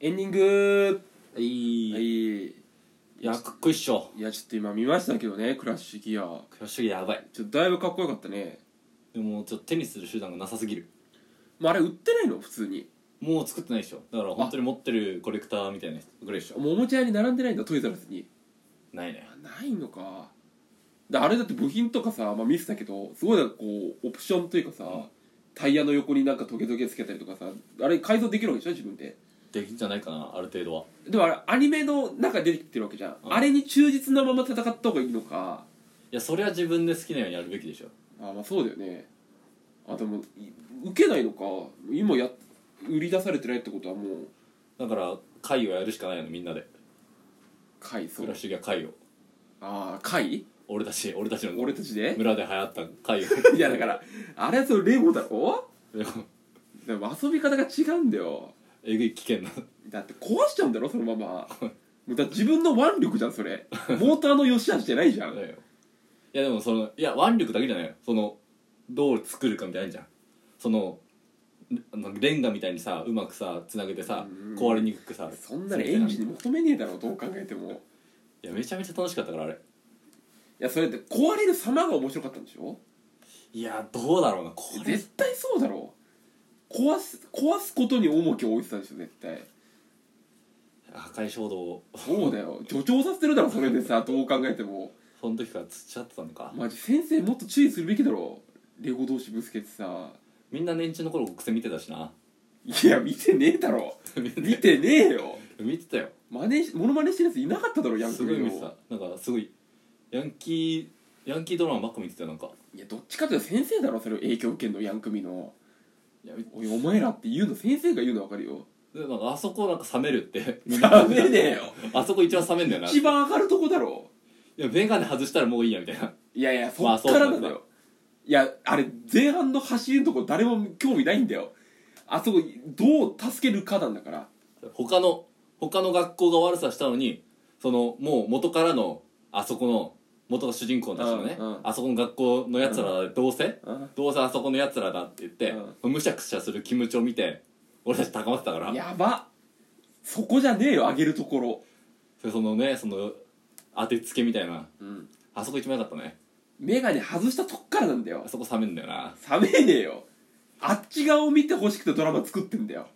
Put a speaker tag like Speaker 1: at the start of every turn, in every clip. Speaker 1: エンディング
Speaker 2: いい、、
Speaker 1: はいいい
Speaker 2: やかっこいいっしょ
Speaker 1: やちょっと今見ましたけどねクラッシュギア
Speaker 2: クラッシュギアやばい
Speaker 1: ちょっとだいぶかっこよかったね
Speaker 2: でもちょっと手にする手段がなさすぎる
Speaker 1: まああれ売ってないの普通に
Speaker 2: もう作ってないでしょだから本当に持ってるコレクターみたいな人ぐらいでしょ
Speaker 1: もうおもちゃ屋に並んでないんだトイザらスに
Speaker 2: ないね
Speaker 1: あないのかであれだって部品とかさ、まあ、見せたけどすごいなんかこうオプションというかさ、
Speaker 2: うん
Speaker 1: タイヤの横になんかトゲトゲつけたりとかさあれ改造できるわけでしょ自分で
Speaker 2: できんじゃないかなある程度は
Speaker 1: でもあれアニメの中に出てきてるわけじゃん、
Speaker 2: うん
Speaker 1: あれに忠実なまま戦った方がいいのか
Speaker 2: いやそれは自分で好きなようにやるべきでしょ
Speaker 1: あまあそうだよねあでもい受けないのか今や売り出されてないってことはもう
Speaker 2: だから会をやるしかないよねみんなで
Speaker 1: 回そ
Speaker 2: ク
Speaker 1: う
Speaker 2: ラッシュギア会を
Speaker 1: ああ回
Speaker 2: 俺たち俺たちの
Speaker 1: 俺たちで
Speaker 2: 村で流行った会を
Speaker 1: いやだからあれはそのレゴだろ
Speaker 2: でも
Speaker 1: でも遊び方が違うんだよ
Speaker 2: えぐい危険な
Speaker 1: だって壊しちゃうんだろそのままもうだって自分の腕力じゃんそれモーターの良し悪しじゃないじゃん
Speaker 2: だよいやでもそのいや腕力だけじゃないよそのどう作るかみたいなのあるじゃんそのレあのレンガみたいにさうまくさつなげてさ
Speaker 1: うん
Speaker 2: 壊れにくくさ
Speaker 1: そんなのエンジ
Speaker 2: ン
Speaker 1: ンに求めねえだろどう考えても
Speaker 2: いやめちゃめちゃ楽しかったからあれ
Speaker 1: いやそれって壊れる様が面白かったんでしょ
Speaker 2: いやどうだろうなこれ
Speaker 1: 絶対そうだろ壊す壊すことに重きを置いてたでしょ絶対
Speaker 2: 破壊衝動
Speaker 1: そうだよ助長させてるだろそれでさどう考えても
Speaker 2: その時からつっちゃってたのか
Speaker 1: マジ先生もっと注意するべきだろレゴ同士ぶつけてさ
Speaker 2: みんな年中の頃極戦見てたしない
Speaker 1: や見てねえだ ろ見てねえよ
Speaker 2: 見てたよ
Speaker 1: 真似しモノマネしてるやついなかっただろヤンキ
Speaker 2: すごい
Speaker 1: ー
Speaker 2: 見てたなんかすごいヤンキーヤンキードラマばっか見てたよなんか
Speaker 1: いやどっちかというと先生だろそれを影響受けんのヤンクミの
Speaker 2: いや
Speaker 1: おいお前らって言うの先生が言うの分かるよ
Speaker 2: でなんかあそこなんか冷めるって
Speaker 1: ダメねえよ
Speaker 2: あそこ一番冷めんだよな
Speaker 1: 一番上がるとこだろ
Speaker 2: いや眼鏡外したらもういいやみたいない
Speaker 1: やいやそ
Speaker 2: まあ
Speaker 1: っからな
Speaker 2: そう
Speaker 1: の
Speaker 2: だ
Speaker 1: よいやあれ前半の走りのとこ誰も興味ないんだよあそこどう助けるかなんだから
Speaker 2: 他の他の学校が悪さしたのにそのもう元からのあそこの元が主人公たちのね、
Speaker 1: うんうん
Speaker 2: あそこの学校のやつらはどうせ、
Speaker 1: うん
Speaker 2: どうせあそこのやつらだって言って、むしゃくしゃするキムチを見て俺たち高まってたから
Speaker 1: やばそこじゃねえよ上げるところ
Speaker 2: それそのねその当てつけみたいな
Speaker 1: うん
Speaker 2: あそこ一番良かったね
Speaker 1: 眼鏡外したとこからなんだよ
Speaker 2: あそこ冷めんだよな
Speaker 1: 冷めねえよあっち側を見てほしくてドラマ作ってんだよ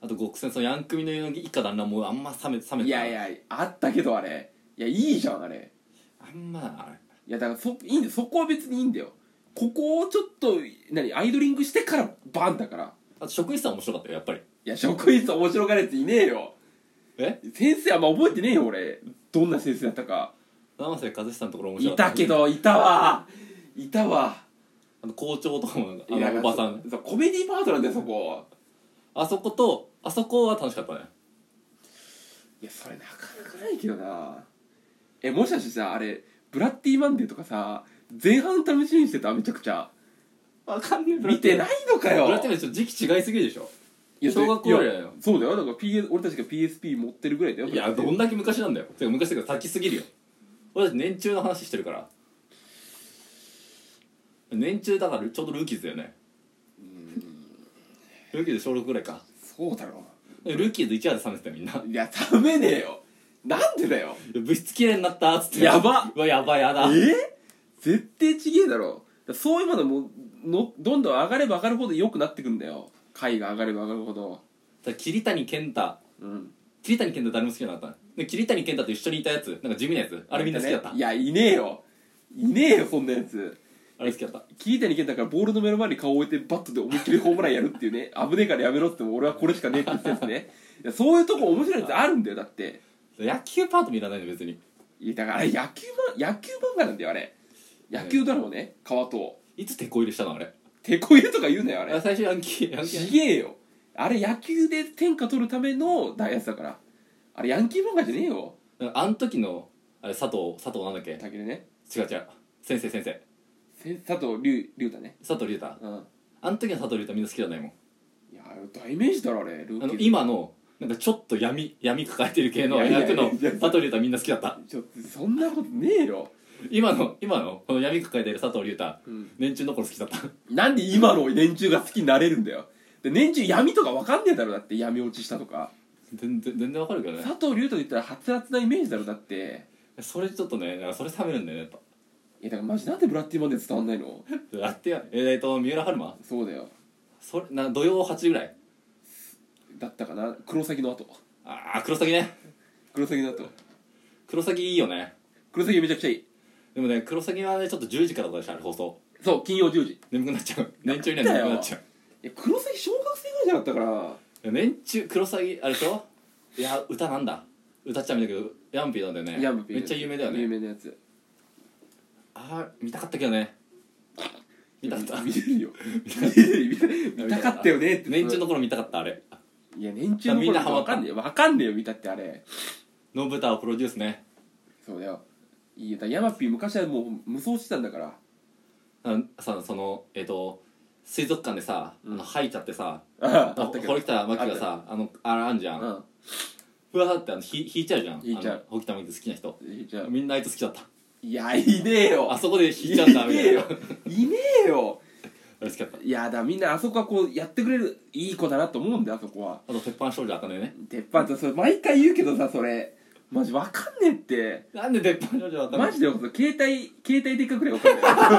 Speaker 2: あと極戦そのヤン組の一家旦那もあんま冷め冷めたない
Speaker 1: やいやあったけどあれいやいいじゃんあれ
Speaker 2: あんまだなあれ
Speaker 1: いやだからそいいんだよそこは別にいいんだよここをちょっと何アイドリングしてからバンだから
Speaker 2: あと職員さん面白かったよやっぱり
Speaker 1: いや職員さん面白がるやついねえよ
Speaker 2: え
Speaker 1: 先生あんま覚えてねえよ俺どんな先生だったか
Speaker 2: 生瀬和久のところ面白
Speaker 1: い
Speaker 2: かった
Speaker 1: たけどいたわいたわ
Speaker 2: あの校長とかもあ
Speaker 1: いや
Speaker 2: のおばさん
Speaker 1: そそうコメディパートなんだよそこ
Speaker 2: あそことあそこは楽しかったね
Speaker 1: いやそれなかなかないけどなえもしかしてさあれブラッディマンデーとかさ前半楽しみにしてためちゃくちゃ
Speaker 2: わかんねえ
Speaker 1: 見てないのかよ
Speaker 2: ブラティブラちょっと時期違いすぎるでしょ
Speaker 1: いや
Speaker 2: 小学校以来だよ
Speaker 1: いやそうだよだから PS 俺たちが PSP 持ってるぐらいだよ
Speaker 2: いやどんだけ昔なんだよてか昔だから先すぎるよ俺たち年中の話してるから年中だからちょうどルーキーズだよねルーキーズ小6ぐらいか
Speaker 1: そうだろ
Speaker 2: ルーキーズ1話で冷めてたよみんない
Speaker 1: やダメねえよなんでだよ
Speaker 2: 物質綺麗になったっつって
Speaker 1: やば
Speaker 2: うわやばいやだ
Speaker 1: え絶対ちげえだろだからそういうものものどんどん上がれば上がるほど良くなってくんだよ回が上がれば上がるほど
Speaker 2: だ桐谷健太
Speaker 1: うん
Speaker 2: 桐谷健太誰も好きじゃなかったで桐谷健太と一緒にいたやつなんか地味なやつあれみんな好きだった、
Speaker 1: いやいねえよいねえよそんなやつ
Speaker 2: あれ好きだった
Speaker 1: 桐谷健太からボールの目の前に顔を置いてバットで思いっきりホームランやるっていうね危ねえからやめろって言っても俺はこれしかねえって言ってたやつねいやそういうとこ面白いやつあるんだよだって
Speaker 2: 野球パートもいらないの別に
Speaker 1: いやだからあれ野球漫野球漫画なんだよあれ野球だろうね川と
Speaker 2: いつテコ入れしたのあれ
Speaker 1: てこ入れとか言うなよあ
Speaker 2: あれ
Speaker 1: れ
Speaker 2: 最初ヤンキーヤンキ
Speaker 1: ち
Speaker 2: ー
Speaker 1: げえよあれ野球で天下取るための大やつだからあれヤンキー漫画じゃねえよ
Speaker 2: なんかあん時のあれ佐藤佐藤なんだっけ
Speaker 1: たけるね
Speaker 2: 違う違う先生先生
Speaker 1: せ佐藤龍龍だね
Speaker 2: 佐藤龍太
Speaker 1: うん
Speaker 2: あん時の佐藤龍太みんな好きじゃないもん
Speaker 1: いやあれ代名詞だろあれル
Speaker 2: あ
Speaker 1: ー
Speaker 2: の
Speaker 1: キーズ
Speaker 2: 今のなんかちょっと闇闇抱えてる系の
Speaker 1: いやいやいや
Speaker 2: 役の佐藤龍太みんな好きだった
Speaker 1: ちょっとそんなことねえよ
Speaker 2: 今の今のこの闇抱えてる佐藤龍太、
Speaker 1: うん
Speaker 2: 年中の頃好きだった
Speaker 1: なんで今の連中が好きになれるんだよで年中闇とか分かんねえだろだって闇落ちしたとか
Speaker 2: 全然全然わかるけどね
Speaker 1: 佐藤龍と言ったらハツラツなイメージだろだって
Speaker 2: それちょっとねなんかそれ冷めるんだよねやっ
Speaker 1: いやだからマジなんでブラッディマンデー伝わんないの
Speaker 2: ぱだってやえっ、と三浦春馬
Speaker 1: そうだよ
Speaker 2: それな土曜8時ぐらい
Speaker 1: だったかな黒崎の後
Speaker 2: ああ黒崎ね
Speaker 1: 黒崎の後
Speaker 2: 黒崎いいよね
Speaker 1: 黒崎めちゃくちゃいい
Speaker 2: でもね黒崎はねちょっと10時からとかでしたあれ放送
Speaker 1: そう金曜10時い
Speaker 2: 眠くなっちゃう年中には眠くなっちゃう
Speaker 1: や黒崎小学生ぐらいじゃなかったか
Speaker 2: いや年中黒崎あれでしょいや歌なんだ歌っちゃうんだけどヤンピーなんだよね
Speaker 1: らヤンピー
Speaker 2: めっちゃ有名だよ
Speaker 1: 有
Speaker 2: ね
Speaker 1: 名なやつ
Speaker 2: ああ見たかったけどね見たかった
Speaker 1: 見れ るよ見れる見た見たかったよねって
Speaker 2: 年中の頃見たかったあれ
Speaker 1: いや年中の頃
Speaker 2: みんなハマ
Speaker 1: わ
Speaker 2: った
Speaker 1: かんねえよわかんねえよ見たってあれ
Speaker 2: ノブタをプロデュースね
Speaker 1: そうだよいいよだヤマピー昔はもう無双してたんだから
Speaker 2: あさそのえっ、と水族館でさ、あの吐いちゃってさ
Speaker 1: あ
Speaker 2: あ堀北真希がさあのあれあんじゃ、
Speaker 1: うんん
Speaker 2: ふわーってあのひ引いちゃうじゃん
Speaker 1: 引いちゃう
Speaker 2: あの堀北真希好きな人
Speaker 1: いいじゃあ
Speaker 2: みんなあいつ好きだった
Speaker 1: いやいねえよ
Speaker 2: あそこで引いちゃうんだみ
Speaker 1: い
Speaker 2: た
Speaker 1: ねえ
Speaker 2: いな
Speaker 1: よいねえよ
Speaker 2: あれ好きだった
Speaker 1: いやだみんなあそこはこうやってくれるいい子だなと思うんだよあそこは
Speaker 2: あと鉄板少女あかねね
Speaker 1: 鉄板とそれ毎回言うけどさそれマジわかんねえって
Speaker 2: なんで鉄板少女あかね
Speaker 1: マジでよ携帯携帯でかくらいわか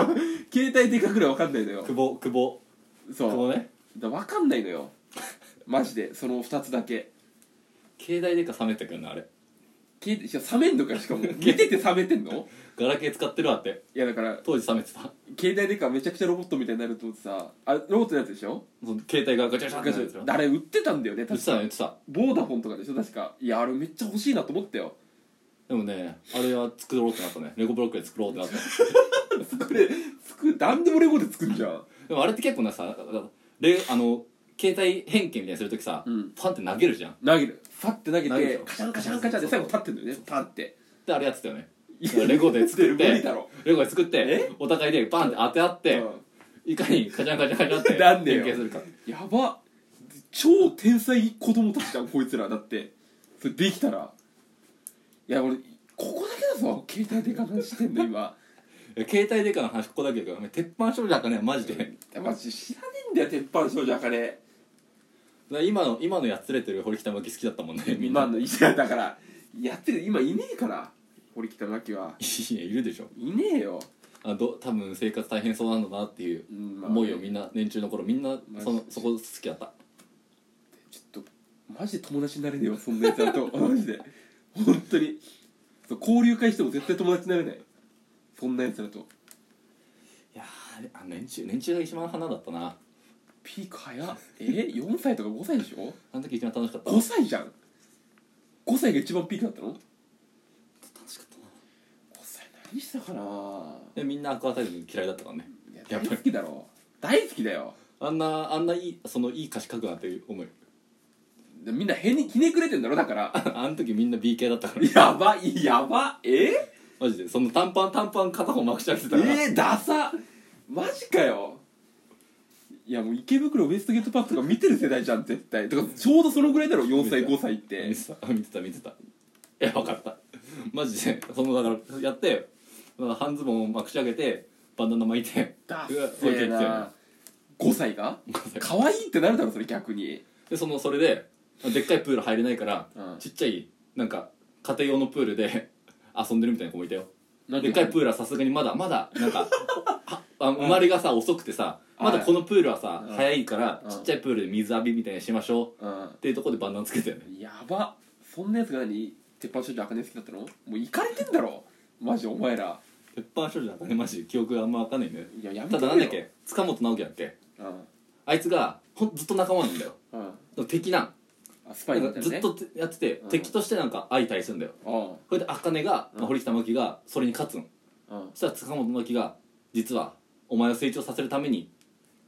Speaker 1: んな い携帯でかくらいわかんないのよ
Speaker 2: 久保久保
Speaker 1: そ
Speaker 2: 久
Speaker 1: う
Speaker 2: 保ね
Speaker 1: だからわかんないのよマジでその2つだけ
Speaker 2: 携帯でか冷めてくんのあれ
Speaker 1: 聞いてしかも冷めんのか しかも見てて冷めてんの
Speaker 2: ガラケー使ってるわって
Speaker 1: いやだから
Speaker 2: 当時冷めてた
Speaker 1: 携帯でかめちゃくちゃロボットみたいになると思ってさあロボットのやつでしょ
Speaker 2: その携帯がガチャガチャってなるやつよ
Speaker 1: あれ売ってたんだよね
Speaker 2: 言
Speaker 1: 確
Speaker 2: って
Speaker 1: か
Speaker 2: た言ってた
Speaker 1: ボーダフォンとかでしょ確かいやあれめっちゃ欲しいなと思ったよ
Speaker 2: でもねあれは作ろうってなったねレゴブロックで作ろうってなった
Speaker 1: これ作何でもレゴで作るじゃん
Speaker 2: でもあれって結構なさレあの携帯変形みたいにするときさ、
Speaker 1: うん
Speaker 2: パンって投げるじゃん
Speaker 1: 投げるファッて投げ
Speaker 2: 投げるで
Speaker 1: て
Speaker 2: しょ
Speaker 1: カシャンカシャンカシャンで最後立ってんだよねパンって
Speaker 2: であれやってたよねレゴで作っ
Speaker 1: 無
Speaker 2: て
Speaker 1: 理だろ
Speaker 2: レゴで作っ
Speaker 1: え
Speaker 2: てお互いでパンって当て合って、
Speaker 1: う
Speaker 2: いかにカチャンカチャンカチャンって
Speaker 1: なんで
Speaker 2: 変
Speaker 1: よ
Speaker 2: 形するか
Speaker 1: んやば超天才子供たちじゃんこいつらだってそれできたらいや俺ここだけだぞ携帯でか話してんの今
Speaker 2: え携帯デカの話ここだけだけど鉄板少女なんかねマジで、だか
Speaker 1: マジ知らねえんだよ鉄板少女あかね
Speaker 2: ら今の今のやつれてる堀北真希好きだったもんねみん
Speaker 1: 今
Speaker 2: な、
Speaker 1: のいやだからやってる今いねえから堀北真希はい
Speaker 2: やいるでしょ
Speaker 1: いねえよ、
Speaker 2: あど多分生活大変そうなんだなっていう
Speaker 1: うんまあ
Speaker 2: 思いをみんな年中の頃みんな
Speaker 1: まあ
Speaker 2: そのそこ好きだった
Speaker 1: ちょっとマジで友達になれねえわそんなやつだと マジで本当にそう交流会しても絶対友達になれないそんなやつだと
Speaker 2: いやーあ年中年中が一番花だったな
Speaker 1: ピーク早っえ4歳とか5歳でしょ
Speaker 2: あの時一番楽しかった
Speaker 1: 5歳じゃん5歳が一番ピークだったの ?5
Speaker 2: 楽しかったな
Speaker 1: 歳何してたかな
Speaker 2: でみんなアクアタイム嫌いだったからね
Speaker 1: いや
Speaker 2: やっ
Speaker 1: 大
Speaker 2: ぱり
Speaker 1: 好きだろ大好きだよ
Speaker 2: あんなあんないいそのいい歌詞書くなっていう思い
Speaker 1: でみんなへにひねくれてんだろだから
Speaker 2: あの時みんな B 系だったから
Speaker 1: やばいやばえ
Speaker 2: マジでその短パン短パン片方まくしちゃってたから、
Speaker 1: えー、ダサマジかよいやもう池袋ウエストゲートパークとか見てる世代じゃん絶対だからちょうどそのぐらいだろ4歳5歳って
Speaker 2: 見てた見てた見てたいや分かったマジでそのだからやってまあ半ズボンをまくし上げてバンダナ巻いて
Speaker 1: ダ
Speaker 2: うわ
Speaker 1: ッセー
Speaker 2: そうやっ
Speaker 1: な5歳が
Speaker 2: てたよ
Speaker 1: 可愛いってなるだろそれ逆に
Speaker 2: でそのそれででっかいプール入れないから、
Speaker 1: うん
Speaker 2: ちっちゃいなんか家庭用のプールで 遊んでるみたいな子もいたよ
Speaker 1: なん
Speaker 2: で
Speaker 1: で
Speaker 2: っかいプールはさすがにまだまだ なんかああ生まれがさ遅くてさまだこのプールはさ
Speaker 1: うん
Speaker 2: 早いから
Speaker 1: うん
Speaker 2: ちっちゃいプールで水浴びみたいにしましょう
Speaker 1: うん
Speaker 2: っていうところでバンダナつけたよね
Speaker 1: やばそんなやつが何鉄板少女あかね好きだったのもういかれてんだろマジお前ら
Speaker 2: 鉄板少女だったねマジで記憶があんま分かんないんだよ
Speaker 1: いややめて
Speaker 2: た
Speaker 1: くれよ
Speaker 2: だなんだっけ塚本直樹だっけ
Speaker 1: うん
Speaker 2: あいつがほんずっと仲間なんだよ
Speaker 1: うん
Speaker 2: でも敵なん
Speaker 1: あスパイだっ
Speaker 2: なん
Speaker 1: た
Speaker 2: か
Speaker 1: よ
Speaker 2: ずっ
Speaker 1: ね
Speaker 2: とてやってて
Speaker 1: うん
Speaker 2: 敵としてなんか相対するんだよ
Speaker 1: う
Speaker 2: それで茜が、
Speaker 1: うん
Speaker 2: 堀北真希がそれに勝つの
Speaker 1: んうん
Speaker 2: そしたら塚本真希が実はお前を成長させるために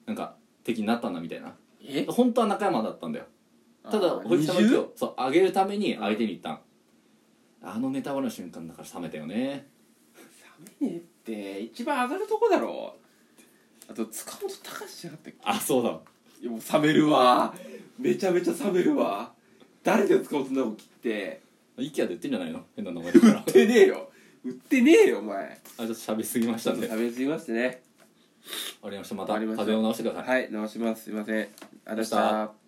Speaker 2: なんか敵になったんだみたいな
Speaker 1: え
Speaker 2: 本当は仲間だったんだよただ
Speaker 1: あー
Speaker 2: 堀北真希
Speaker 1: 20
Speaker 2: をそう上げるために相手に行ったんあのネタバレの瞬間だから冷めたよね
Speaker 1: ダメねって一番上がるとこだろあと塚本隆じゃなかったっ
Speaker 2: あそうだ
Speaker 1: けいやもう冷めるわめちゃめちゃ冷めるわ誰で塚本直樹って
Speaker 2: イケアで売ってんじゃないの変な名前 だから
Speaker 1: 売ってねえよ売ってねえよお前
Speaker 2: あちょっと喋りすぎまし
Speaker 1: ち
Speaker 2: た
Speaker 1: ょっ
Speaker 2: ん
Speaker 1: と
Speaker 2: で終
Speaker 1: 食べ過ぎましてね
Speaker 2: わりましたまた
Speaker 1: 終わりまし
Speaker 2: 風
Speaker 1: た
Speaker 2: 邪を直してください
Speaker 1: はい直しますすいませんありがとうございました